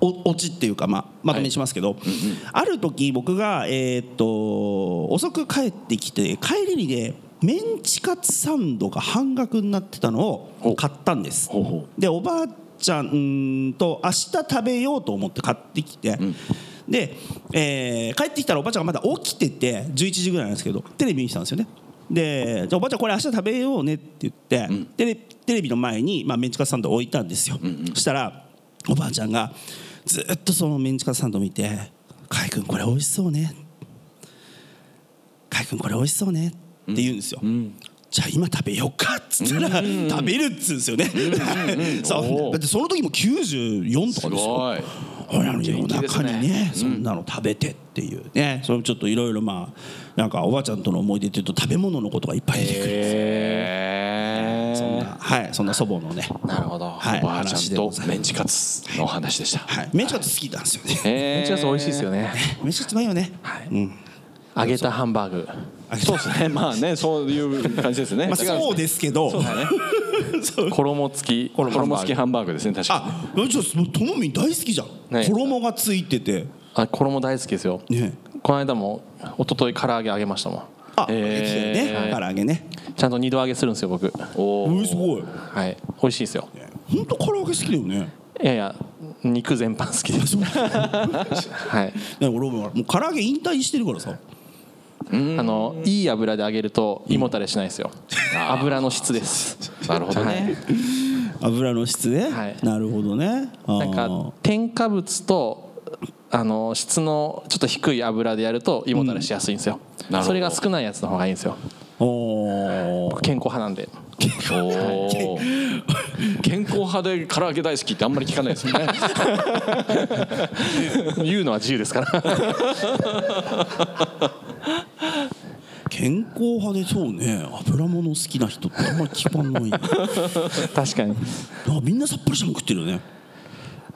A: お落ちっていうか、まあ、まとめにしますけど、ある時僕が、えー、と遅く帰ってきて帰りにねメンチカツサンドが半額になってたのを買ったんです。
C: ほうほ
A: でおばあちゃんうーんと明日食べようと思って買ってきて、で、えー帰ってきたらおばあちゃんがまだ起きてて11時ぐらいなんですけどテレビ見てたんですよねでじゃあおばあちゃんこれ明日食べようねって言って、テレテレビの前に、まあ、メンチカツサンド置いたんですよ、そしたらおばあちゃんがずっとそのメンチカツサンド見て「海君これ美味しそうね」「海君これ美味しそうね」って言うんですよ、じゃあ今食べようかっつったら食べるっつうんですよね (laughs) そうだってその時も94とかですよ
C: い
A: ほら夜
C: 気です
A: 中
C: ね
A: にねそんなの食べてっていうねそれもちょっといろいろまあなんかおばあちゃんとの思い出っていうと食べ物のことがいっぱい出てくるんですよ
C: へ
A: そん
C: え
A: なはいそんな祖母のね
B: なるほど
A: はい
C: おばあち
A: 話
C: ゃん
A: でご
C: と
A: ざいます
C: メンチカツのお話でした、
A: はいメンチカツ好きなんですよね
B: めっちゃ美味しいですよね
A: メンチカツうまいよね
B: 揚げたハンバーグ
C: そうですねまあねそういう感じですね、
A: まあそうですけど
B: 衣付き
C: 衣付き
B: ハンバーグ
C: ハンバーグですね確か
A: あちょっとともみん大好きじゃん
B: ね
A: 衣がついてて
B: あ衣大好きですよ
A: ね
B: この間も一昨日唐揚げ揚げましたもん
A: あ、
B: えー
A: 駅伝ね、唐揚げね。
B: ちゃんと二度揚げするんですよ僕
C: お
A: う
C: ー
A: ん、すごい。
B: はい美味しいですよ
A: 本当唐揚げ好きだよ
B: (laughs)
A: ね。
B: いやいや肉全般好きです (laughs) はい
A: ね、俺ももう唐揚げ引退してるからさ。
B: あのいい油で揚げると胃もたれしないですよ油の質です
C: なるほどね。
A: 油の質ね。
B: はい
A: なるほどね。あ
B: な
A: ー
B: んか添加物とあの質のちょっと低い油でやると胃もたれしやすいんですよ、
C: なるほど
B: それが少ないやつの方がいいんですよ
A: おー
B: 健康派なん (laughs) で
C: おお。健康派で唐揚げ大好きってあんまり聞かないですよ
A: (laughs)
C: ね。
B: 言うのは自由ですから
A: 健康派でそうね油物好きな人ってあんまり聞か
B: (laughs)
A: ないなんか
B: 確かに
A: みんなさっぱりしたもん食ってるよね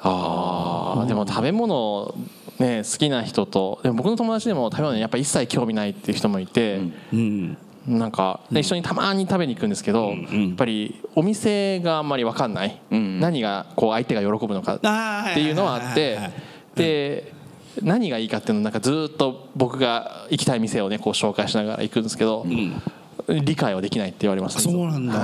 B: あーでも食べ物ね好きな人とでも僕の友達でも食べ物にやっぱ一切興味ないっていう人もいて、
A: うん
B: なんか、で一緒にたまに食べに行くんですけど、やっぱりお店があんまり分かんない、何がこう相手が喜ぶのか
A: あー
B: っていうのはあっ
A: はい
B: て
A: はいはい
B: で何がいいかっていうのをなんかずっと僕が行きたい店をねこう紹介しながら行くんですけど、理解はできないって言われましたね
A: そうなんだ
B: はい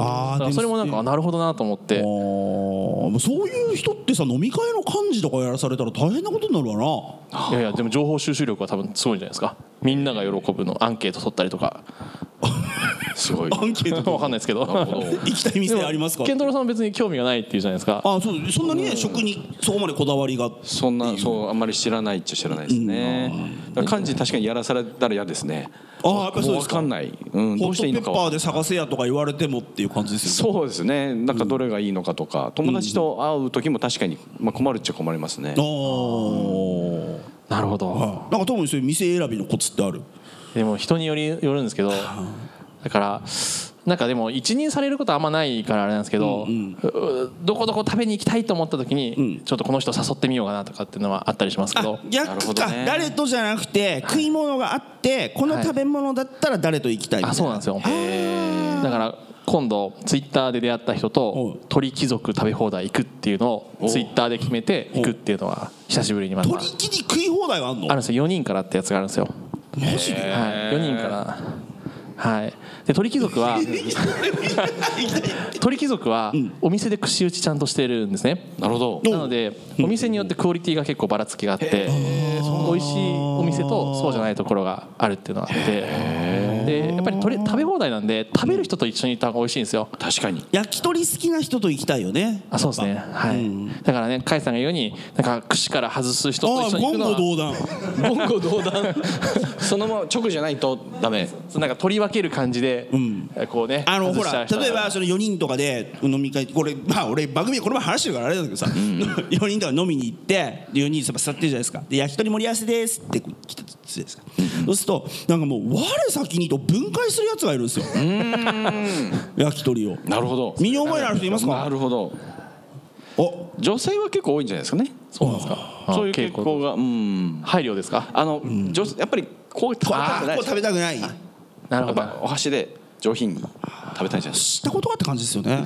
A: あー
B: だか
A: で
B: ら
A: も
B: それもなんかあなるほどなと思って
A: あーもうそういう人ってさ飲み会の幹事とかやらされたら大変なことになるわない
B: (laughs) やいやでも情報収集力は多分すごいんじゃないですかみんなが喜ぶのアンケート取ったりと (laughs) か
C: すごい。
A: アンケート
B: 分かんないですけど
C: なるほど
A: 行きたい店ありますか
B: ケントロウさんは別に興味がないっていうじゃないですか
A: あーそうそんなにね食にそこまでこだわりが
C: そんなそうあんまり知らないっちゃ知らないですね。だから漢字確かにやらされたら嫌ですね。
A: あーやっぱりそうですか
C: もわかんない。うん
A: ホッ
C: どうし
A: ト
C: てい
A: ペ
C: いのか
A: ッ
C: わ
A: パ
C: かん
A: ーで探せやとか言われてもっていう感じですよね
C: そうですね。なんかどれがいいのかとか、友達と会う時も確かにまあ困るっちゃ困りますね。
A: ああ
B: なるほど、
A: なんか特にそういう店選びのコツってある
B: でも人によりよるんですけどだからなんかでも一任されることあんまないからあれなんですけど、うどこどこ食べに行きたいと思った時に、ちょっとこの人誘ってみようかなとかっていうのはあったりしますけど
A: あ逆
C: なる
A: か、
C: ほどね
A: 誰とじゃなくて食い物があってこの
B: はい
A: 食べ物だったら誰と行きたいみたい
B: あそうなんですよだから今度ツイッターで出会った人
A: お
B: と
A: う
B: 鳥貴族食べ放題行くっていうのをツイッターで決めて行くっていうのは久しぶりにまたあ
A: 鳥貴に食い放題があんの
B: るんですよ4人からってやつがあるんですよ
A: マジで
B: はい、4人から。はい、で鳥貴族は鳥貴族はお店で串打ちちゃんとしてるんですね、
C: なるほど。
A: お
B: なのでお店によってクオリティが結構ばらつきがあって美味しいお店とそうじゃないところがあるっていうのがあってでやっぱり鳥食べ放題なんで食べる人と一緒に行った方が美味しいんですよ
C: 確かに。
A: 焼き鳥好きな人と行きたいよね
B: あそうですねはい、だからね甲斐さんが言うようになんか串から外す人と
A: あ
B: 一
A: あ
B: 緒に行
A: 言
B: くの
A: 語
B: は
A: 道断
C: 言語道断。そのまま直じゃないとダメ。
B: そうなんか取り分ける感じで、こうね
A: あのほ
B: 外しちゃ
A: ら
B: う人が
A: 例えばその4人とかで飲み会これまあ俺番組この前話してるからあれなんだけどさ、4人と (laughs) か飲みに行って4人やっぱ座ってるじゃないですかで焼き鳥盛り合わせですって来たじゃないですか、そうするとなんかもう我先にと分解するやつがいるんですよ (laughs) 焼き鳥を
C: なるほど。
A: 身に覚えのある人いますか
C: なるほど。
A: お
C: 女性は結構多いんじゃないですかね。
B: そうなんですかあ
C: そういう傾向が、うん。
B: 配慮ですか
C: あの、女性やっぱりこう食べた
A: あ
C: く
A: ー
C: ない
A: こう食べたくない
B: なる
C: や
B: ほ
C: っ
B: ど
C: ぱお箸で上品に食べたいじゃないで
A: 知
C: す
A: ったことかって感じですよね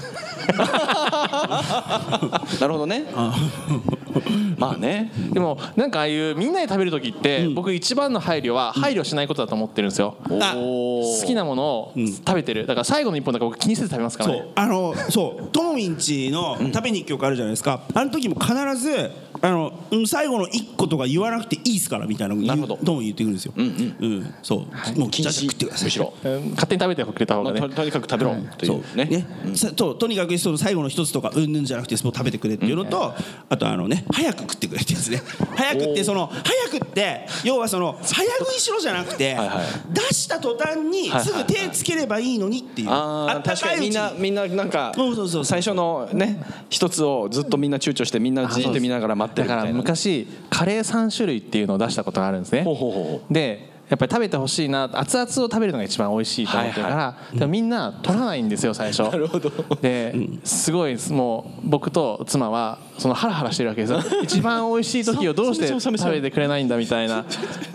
C: か。なるほどね。 (laughs) まあね。
B: でもなんかああいうみんなで食べる時って、僕一番の配慮は配慮しないことだと思ってるんですよ、
A: あ
B: 好きなものを食べてるだから最後の一本だから僕気にせず食べますから
A: そ
B: ね
A: うあのそうトモミンチの食べに行く曲あるじゃないですか、あの時も必ずあのうん最後の1個とか言わなくていいですからみたいなこと
C: なる
A: 言
C: ほ
A: う
C: ど
A: トモ言ってくるんですよ、うんそう、もうじゃあじゃあ食ってください
C: むしろ。
B: うん勝手に食べてくれた方
C: ま
B: が
C: あ
B: ね
C: ととにかく食べろとい
A: そううね
C: ね。
A: さととにかくその最後の一つとかうんぬんじゃなくてもう食べてくれっていうのと、あとあのね早く食ってくれってやつね
C: (laughs)
A: 早くってその早くって要はその早食いしろじゃなくて
C: はいはい
A: 出した途端に
C: はいはい
A: すぐ手つければいいのにっていう
C: ああ
A: った
C: 確
A: か
C: か
A: いう
C: に
A: ち
C: みんなみんななんか
A: そうそうそう
C: 最初のね一つをずっとみんな躊躇してみんなじーって見ながら待って
B: だ
C: るみ
B: か
C: た
B: ら
C: いな。
B: 昔カレー3種類っていうのを出したことがあるんですね
C: ほうほうほう
B: でやっぱり食べてほしいな熱々を食べるのが一番美味しいと思ってるから、でもみんな取らないんですよ最初なるほどですごいもう僕と妻はそのハラハラしてるわけ
C: (laughs)
B: ですよ一番美味しい時をどうして食べてくれないんだみたい
C: (laughs)
B: な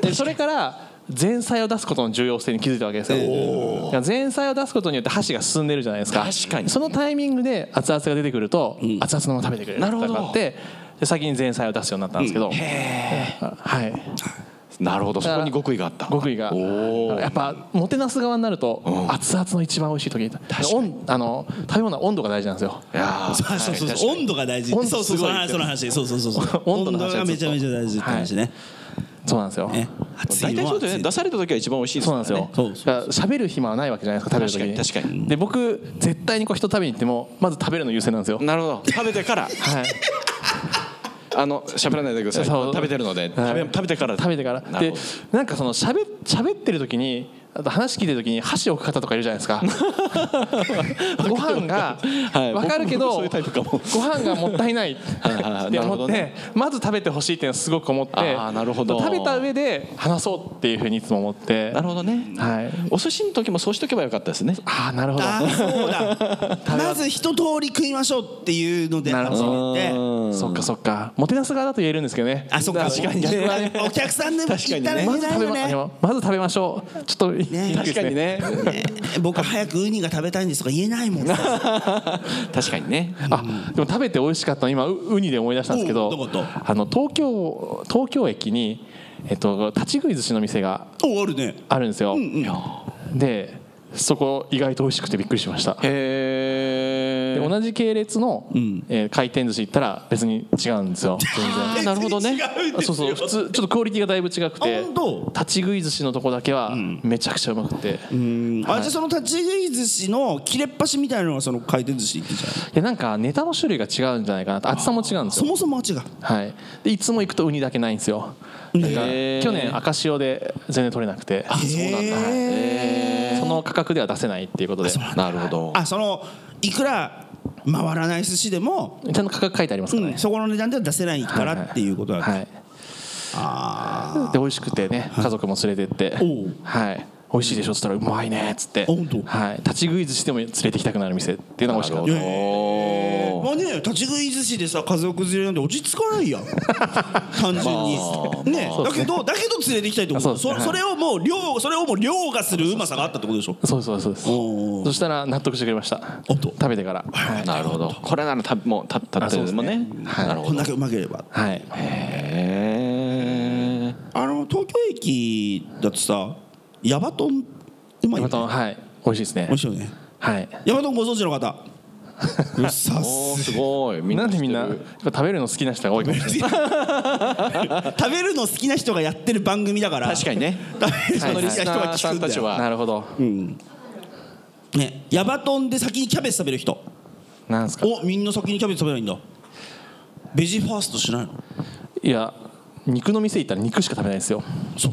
B: でそれから前菜を出すことの重要性に気づいたわけですよだから前菜を出すことによって箸が進んでるじゃないですか
C: 確かに
B: そのタイミングで熱々が出てくると、熱々のまま食べてくれる
C: なるほ
B: と
C: ど
B: かってで先に前菜を出すようになったんですけど、はい
C: なるほどそこに極意があった
B: 極意が
C: おお
B: やっぱもてなす側になると
C: ん
B: 熱々の一番美味しい時に温あの食べ物は温度が大事なんですよ
C: いやー
A: そうそうそうそう温度が大事
B: 温度
A: そうそう
B: す
A: そ
B: ご
A: う
B: い
A: あーその話そうそうそうそう
B: 温度の話はずっ
A: が
B: と
A: めちゃめちゃ大事って話ね、
B: そうなんですよ
A: ね暑
C: 大
A: いの
C: 体
A: は
C: そうだよね出された時は一番美味しいです
B: そう
C: か
B: な
C: ら
B: ん
C: ね
B: ですよ
A: そうそうそ
B: だから喋る暇はないわけじゃないですか食べる時に
C: 確かに確かに
B: で僕絶対にこう人食べに行ってもまず食べるの優先なんですよ
C: なるほど食べてから
B: はい
C: あの喋らないでください
B: そう
C: 食べてるので、
B: はい
C: 食べ食べてから
B: 食べてから
C: なる
B: で
C: ほど
B: なんかそのしゃべってる時にあと話聞いてる時に箸置く方とかいるじゃないです
C: (laughs)
B: か (laughs) ご飯が
C: はい
B: 分かるけど、
C: 僕もそういうタイプかも
B: ご飯がもったいないっ
C: はいはい
B: て
C: なる
B: 思
C: ほ
B: って、
C: どね
B: まず食べてほしいっていうのはすごく思って
C: あーなるほど
B: 食べた上で話そうっていうふうにいつも思って
C: なるほどね、
B: はい
C: お寿司の時もそうしとけばよかったですね
B: ああなるほど
A: あーそうだまず一通り食いましょうっていうので
B: なる
A: 始
B: ほ
A: めて
C: うん
B: そっかそっかもてなす側だと言えるんですけどね
A: あそっか
C: 確かにね
A: 逆 (laughs) はねお客さんでも行ったらい
B: ま
A: け
B: ず
A: ない
B: 食べ
A: よ
B: ま
A: ね
B: まず食べましょうちょっといい
A: ね
B: です
C: 確かにね
A: ね僕は早くウニが食べたいんですとか言えないもん
C: (laughs) 確かにね
B: あでも食べて美味しかったの今ウウニで思い出したんですけど
A: おうどこと
B: あの東京東京駅に、えっと、立ち食い寿司の店が
A: (laughs) おあるね
B: あるんですよ、
A: うん
B: でそこ意外と美味しくてびっくりしました
C: へ
B: で
C: え
B: 同じ系列の、
A: ん
B: えー回転寿司行ったら別に違うんで
A: (laughs)
B: すよ全然
C: なるほどね
A: 違うんです
B: そうそう
A: よ
B: 普通ちょっとクオリティがだいぶ違くて
A: あ本当
B: 立ち食い寿司のとこだけはめちゃくちゃうまくて、
A: うんあじゃあその立ち食い寿司の切れっ端みたいなのがその回転寿司ってじゃん
B: でなんかネタの種類が違うんじゃないかなと厚さも違うんです
A: そ
B: よ
A: もそも味が
B: はいでいつも行くとウニだけないんですよなんか去年赤潮で全然取れなくて
A: そうなんだ
B: その価格では出せないっていうことでち
C: なるほど
A: あそのいくら回らない寿司でも、
B: ゃんと価格書いてあります
A: う
B: からね
A: ん、そこの値段では出せないからっていうことなんだ、
B: はい
A: あ
B: で美味しくてね家族も連れてって
A: おう
B: はい美味しいでしょっつったらうまいねっつって
A: 本当
B: はい立ち食い寿司でも連れてきたくなる店っていうのが美味しか
A: ー
B: った
A: いや
C: お
A: まあね立ち食い寿司でさ家族連れなんて落ち着か (laughs) ないやん単純に、ねだけどだけど連れて行きたいってこ
B: そ
A: と
B: うですね
A: そそれをもう量それをもう凌駕するうまさがあったってことでしょ
B: そうですそうです
A: お
B: そううですそしたら納得してくれました
A: おっと
B: 食べてからはい
C: なるほどこれならたもうたたってるもねなるほ
A: こん
C: ど
A: だけうまければ
B: はい
C: へえ
A: あの東京駅だってさヤバトンうまいよ
B: また
A: ね
B: はい美味しいですね
A: 美味しいよね
B: はい
A: ヤバトンご存知の方
C: (laughs)
A: さ
C: お
A: す
C: ーすごいみ
B: なんでみんな
C: 知
B: や
C: っ
B: って
C: る
B: ぱ食べるの好きな人が多いかもしれない
A: 食べるの好きな人がやってる番組だから
C: 確かに
B: (laughs)
C: ね
A: 食べるの
C: そ
A: 好きな人
C: のリスナ
A: が
C: ー
A: 聞
C: さ
A: くん
C: ん
A: だよ
C: たち
B: (laughs)
C: は
B: なるほど
A: ねヤバトンで先にキャベツ食べる人
B: なんですか
A: おみんな先にキャベツ食べないんだベジファーストしないの
B: いや肉の店行ったら肉しか食べないですよ
A: そう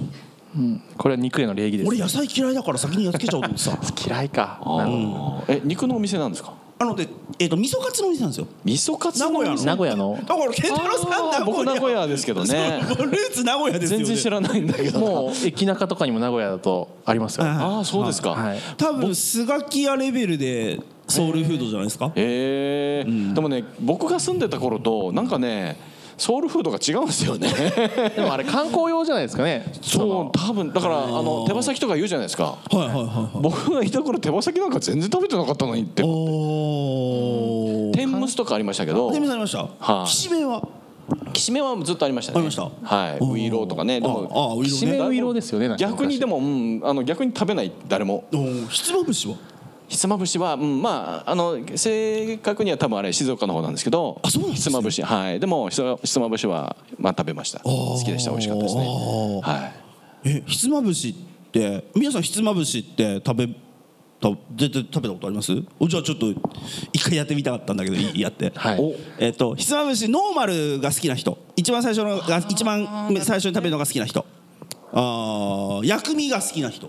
B: これは肉への礼儀です
A: 俺野菜嫌いだから先にやっつけちゃおうと思ってさ
B: 嫌いか
C: あーえ肉のお店なんですか
A: (laughs) あので、えー、と味噌カツのお店なんですよ
C: 味噌カツのお店
A: 名古屋のだ
B: 名古屋の
A: から健太郎さん
C: あー僕名古屋ですけどね
A: そうもうルーツ名古屋ですよ、
C: 全
A: ね、
C: 然知らないんだけど
B: もう駅中とかにも名古屋だとありますよ
A: あ
C: ああそうですか、
B: はい
A: 多分スガキ屋レベルでソウルフードじゃないですか
C: ええでもね僕が住んでた頃となんかねソウルフードが違うん (laughs) ですよね
B: でもあれ観光用じゃないですかね
C: そう多分だからあの手羽先とか言うじゃないですか
A: はいはいはいはい
C: 僕がいた頃手羽先なんか全然食べてなかったのにって
A: おー
C: 天むすとかありましたけど
A: 天明さんありました
C: はい
A: きしめんは
C: きしめんはずっとありましたね
A: ありました
C: はい
A: おー
C: ウイローとかねで
A: ああ
C: も
A: ウイローね
B: きしめんはウイローですよねなんか
C: 逆にでも、うん、あの逆に食べない誰も
A: おーひつまぶしは
C: ひつまぶしは、うん、まああの正確には多分あれ静岡の方なんですけど
A: あそうなんで
C: ひ
A: す
C: つ
A: ね
C: まぶしはいでもひつひつまぶしは、まあ、食べました好きでした美味しかったですね
A: おー
C: はい
A: えひつまぶしって皆さんひつまぶしって食べた絶対食べたことありますおじゃあちょっと一回やってみたかったんだけどいいやって、
B: はい
A: おえっ、とひつまぶしノーマルが好きな人一番最初のが一番最初に食べるのが好きな人あー薬味が好きな人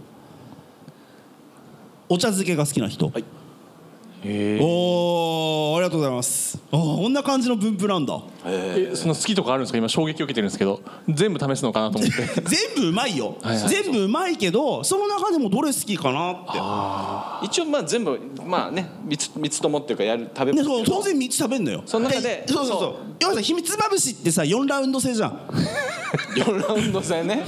A: お茶漬けが好きな人、
C: い
A: おおありがとうございますあーこんな感じの分布なんだ
B: えその好きとかあるんですか今衝撃を受けてるんですけど全部試すのかなと思って
A: 全部うまいよ、
B: はいはい
A: 全部うまいけどその中でもどれ好きかなって
C: 一応まあ全部まあね三つ三つともっていうかやる食べ
A: ね、
C: 物
A: そう当然3つ食べんのよ
C: その中で
A: そうそうそう要はさ秘密まぶしってさ4ラウンド制じゃん
C: 四ラウンド戦 (laughs) ね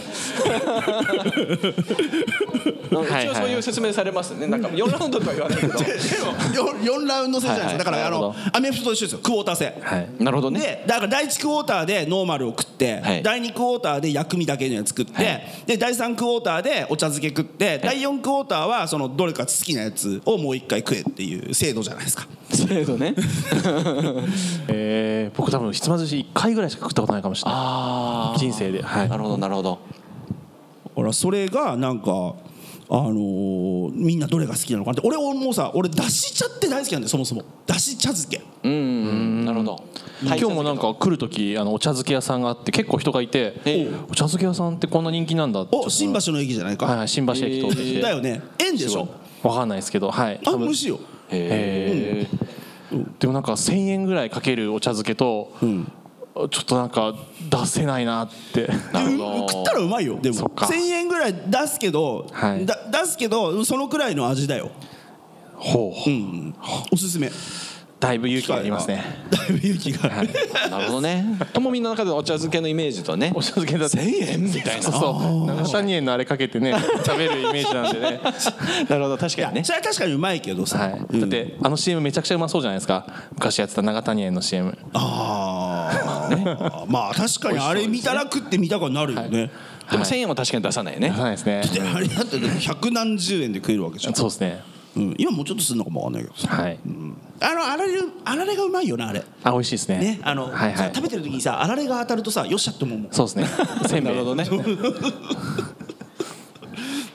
C: うん
B: はい
C: 一応そういう説明されますねなんか四ラウンドとは言わない (laughs) けど
A: (laughs) 4, ラウンド制じゃないですか、
C: はいはい
A: だからあ
B: なるほ
A: のアメフトと一緒ですよクォーター制、
B: はい
C: なるほど
A: でだから第1クォーターでノーマルを食って、
C: はい
A: 第2クォーターで薬味だけのやつ食って、
C: はい
A: で第3クォーターでお茶漬け食って、第4クォーターはそのどれか好きなやつをもう一回食えっていう制度じゃないですか
C: 制度ね
B: えー、僕多分ひつまぶし1回ぐらいしか食ったことないかもしれない
C: ああ
B: 人生ではい
C: なるほどなるほど
A: ほらそれがなんかあのーみんなどれが好きなのかなって俺もうさ俺だし茶って大好きなんだよそもそもだし茶漬け
C: うんなるほど
B: 今日もなんか来る時あのお茶漬け屋さんがあって結構人がいて
C: ええ
B: お茶漬け屋さんってこんな人気なんだって
A: お新橋の駅じゃない
B: はい
A: か、
B: はい新橋駅通ってきて
A: だよね円でしょ
B: わかんないですけどはい
A: あ
B: 多分
A: むしよ
C: へえ
B: でもなんか1000円ぐらいかけるお茶漬けと、ちょっとなんか出せないなって
C: なるほど
A: 食ったらうまいよでも
B: そっか
A: 1000円ぐらい出すけど、
B: はい
A: だ出すけどそのくらいの味だよ、
B: ほう、
A: うん、おすすめ
B: だいぶ勇気がありますね
A: だいぶ勇気がある、
C: なるほど (laughs) ねともみんの中でお茶漬けのイメージとね
B: お茶漬けだって
C: 1000円みたいな
B: そうそうなんかシャニエンのあれかけてね食べるイメージなんでね
C: (laughs) なるほど確
A: いや (laughs) それは確かにうまいけどさ、
B: はい、だって、あの CM めちゃくちゃうまそうじゃないですか昔やってた永谷園の CM
A: ああまあ確かにあれ見たら食ってみたくなるよね、
C: でも1000円は確かに出さないよね (laughs)
B: 出さないですね
A: であれだって百何十円で食えるわけじゃん、
B: そうですね
A: うん、今もうちょっとするのかもわかんないけどさ
B: はい
A: あのあられあられがうまいよなあれ
B: あ美味しいですね
A: ねあの、
B: はいはい
A: 食べてる時にさあられが当たるとさよっしゃって思うもん
B: そうですね
A: (laughs)
B: せんべい
C: ね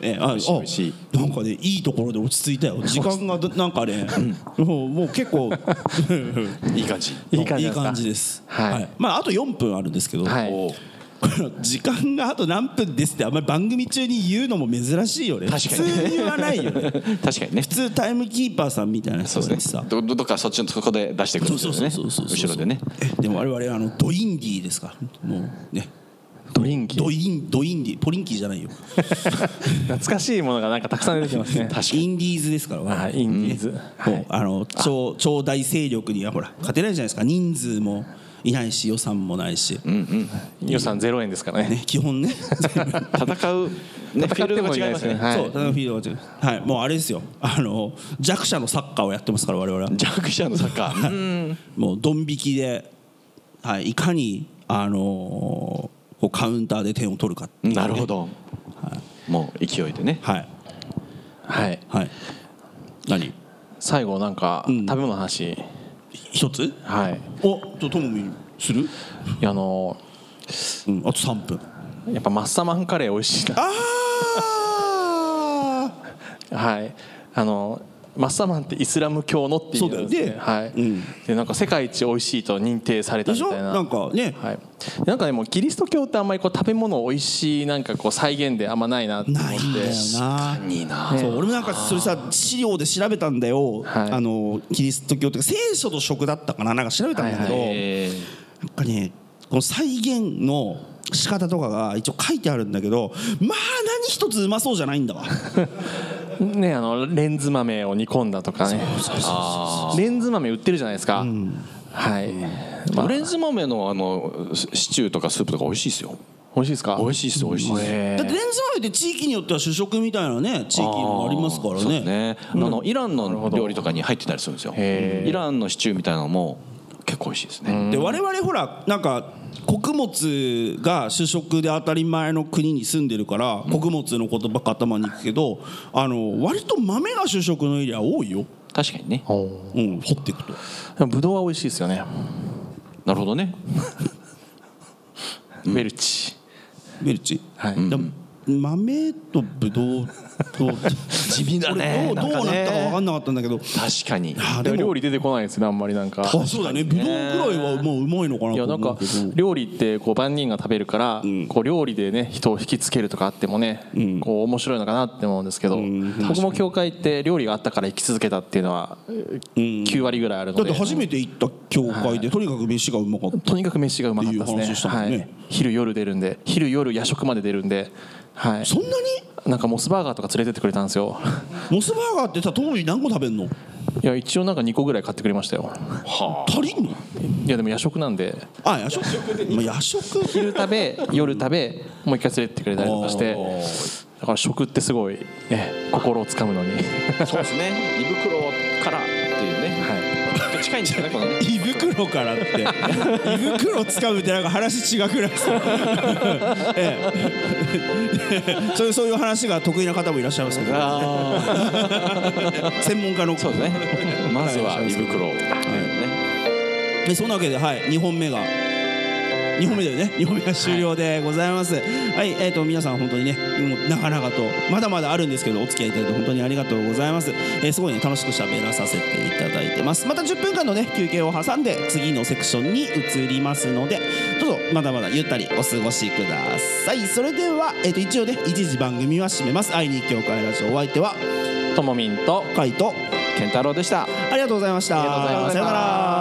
A: えあ
C: い美味しい
A: あなんかねいいところで落ち着いたよ時間がどなんかね、もうもう結構
C: (laughs) いい感じ
B: いい感じなんですか
A: です
B: はい
A: まああと4分あるんですけど、
B: はい
A: この時間があと何分ですってあんまり番組中に言うのも珍しいよね
C: 確かに
A: 普通に言わないよね
C: 確かにね
A: 普通タイムキーパーさんみたいな人
C: そう
A: に
C: です
A: さ
C: ねどどっかそっちのとこで出してくるんですよね後ろでね
A: えでも我々あのドインディーですからもうね
B: ドリンキ
A: ド
B: ー
A: インドインディーポリンキーじゃないよ
B: 懐かしいものがなんかたくさん出てきますね
A: インディーズですから我々
B: はいインディーズ
A: もうあの超超大勢力にはほら勝てないじゃないですか人数もいないし予算もないし、
B: 予算ゼロ円ですからね
A: ね、基本
B: (laughs)
A: ね
C: 戦うねフィールドが違いますよね
B: はい
A: そうただフィードが違うはいもうあれですよあの弱者のサッカーをやってますから我々は
C: 弱者のサッカ (laughs) ー
A: もうドン引きで、はい、いかにあのーこうカウンターで点を取るかっていうね
C: なるほどもう勢いでね
A: はい
B: はい
A: はい何
B: 最後なんか
A: うん
B: 食べ物の話、
A: 一つ
B: はい
A: おとともみする、
B: いやあの
A: うん、あと3分
B: やっぱマッサマンカレー美味しいな
A: ああ
B: はいあのマッサマンってイスラム教のっていう
A: そうだよね
B: ですはい
A: うん
B: でなんか世界一美味しいと認定された
A: で
B: み
A: しょ
B: たいな
A: なんかね
B: はい、でなんかでもキリスト教ってあんまりこう食べ物美味しいなんかこう再現であんまないなと思っ
A: な
B: て
A: いんだよな。
C: いいな
A: そう俺もなんかそれさ資料で調べたんだよ、
B: はい
A: あのキリスト教というか聖書と食だったかななんか調べたんだけど、
B: は
C: え
A: なんかねこの再現の仕方とかが一応書いてあるんだけどまあ何一つうま (laughs) そうじゃないんだわ
B: ねあのレンズ豆を煮込んだとかねレンズ豆売ってるじゃないですか、はい、まあ
C: オレンズ豆のあのシシチューとかスープとか美味しいですよ
B: 美味しいですか
C: 美味しいです美味しいです
B: えー
A: だってレンズ豆って地域によっては主食みたいなね地域もありますから
C: そう
A: ね
C: ですねあのイランの料理とかに入ってたりするんですよ
B: へー
C: イランのシチューみたいなのも結構美味しいですね
A: で我々ほらなんか穀物が主食で当たり前の国に住んでるから穀物のことばっか頭にいくけどあの割と豆が主食のエリア多いよ、
C: 確かにね
B: おー
A: うん、掘っていくと
B: でもぶどうは美味しいですよね。
C: なるほどね
B: ベルチ。
A: メルチ、
B: はい
A: でも豆とブドウと
C: 地味だね
A: 俺どうどうなったか分かんなかったんだけど
C: 確かに
A: あ
B: で
A: で
B: も
A: も
B: 料理出てこないですね。あんまりなんか。
A: あそうだねブドウくらいはもううまいのかない
B: や
A: と
B: なん
A: 思う
B: か
A: けど
B: 料理ってこう万人が食べるから、こう料理でね人を引きつけるとかあってもね、こう面白いのかなって思うんですけど、僕も教会って料理があったから行き続けたっていうのは9割ぐらいある
A: だ
B: の
A: っ
B: で、
A: て初めて行った教会でとにかく飯がうまかった
B: とにかく飯がうまかったで
A: って
B: す
A: いう
B: ね
A: 話したもん
B: は
A: ね
B: い、昼夜出るんで昼夜夜食まで出るんで、はい、
A: そんなに
B: なんかモスバーガーとか連れてってくれたんですよ (laughs)
A: モスバーガーってさ友に何個食べんの
B: いや一応なんか2個ぐらい買ってくれましたよ
A: 足りんの
B: いやでも夜食なんで
A: あ夜食まあ夜食
B: 昼食べ夜食べもう一回連れてってくれたりとかしてだから食ってすごい、 (laughs) ね、心をつかむのに、はい、
C: そうですね胃袋からっていうね
B: 近いんですよねこのね
A: 胃袋からって
C: (laughs)
A: 胃袋つかむってなんか話違くないですか、
C: (laughs)
A: ええ、そういうそういう話が得意な方もいらっしゃいますけど、専門家の
C: そうですね。まずは胃袋を。ね
A: でそんなわけで、はい、2本目が2本目だよね2本目が終了でございますはい、えー、と皆さん本当にねもうなかなかとまだまだあるんですけどお付き合いいただいて本当にありがとうございます、えーすごいね楽しく喋らさせていただいてますまた10分間のね休憩を挟んで次のセクションに移りますのでどうぞまだまだゆったりお過ごしくださいそれでは、えー、と一応ね一時番組は締めます愛に協会ラジオお相手は
B: ともみんと
A: カイト
C: 健太郎でした。
A: ありがとうございました
B: ありがとうございました
A: さよなら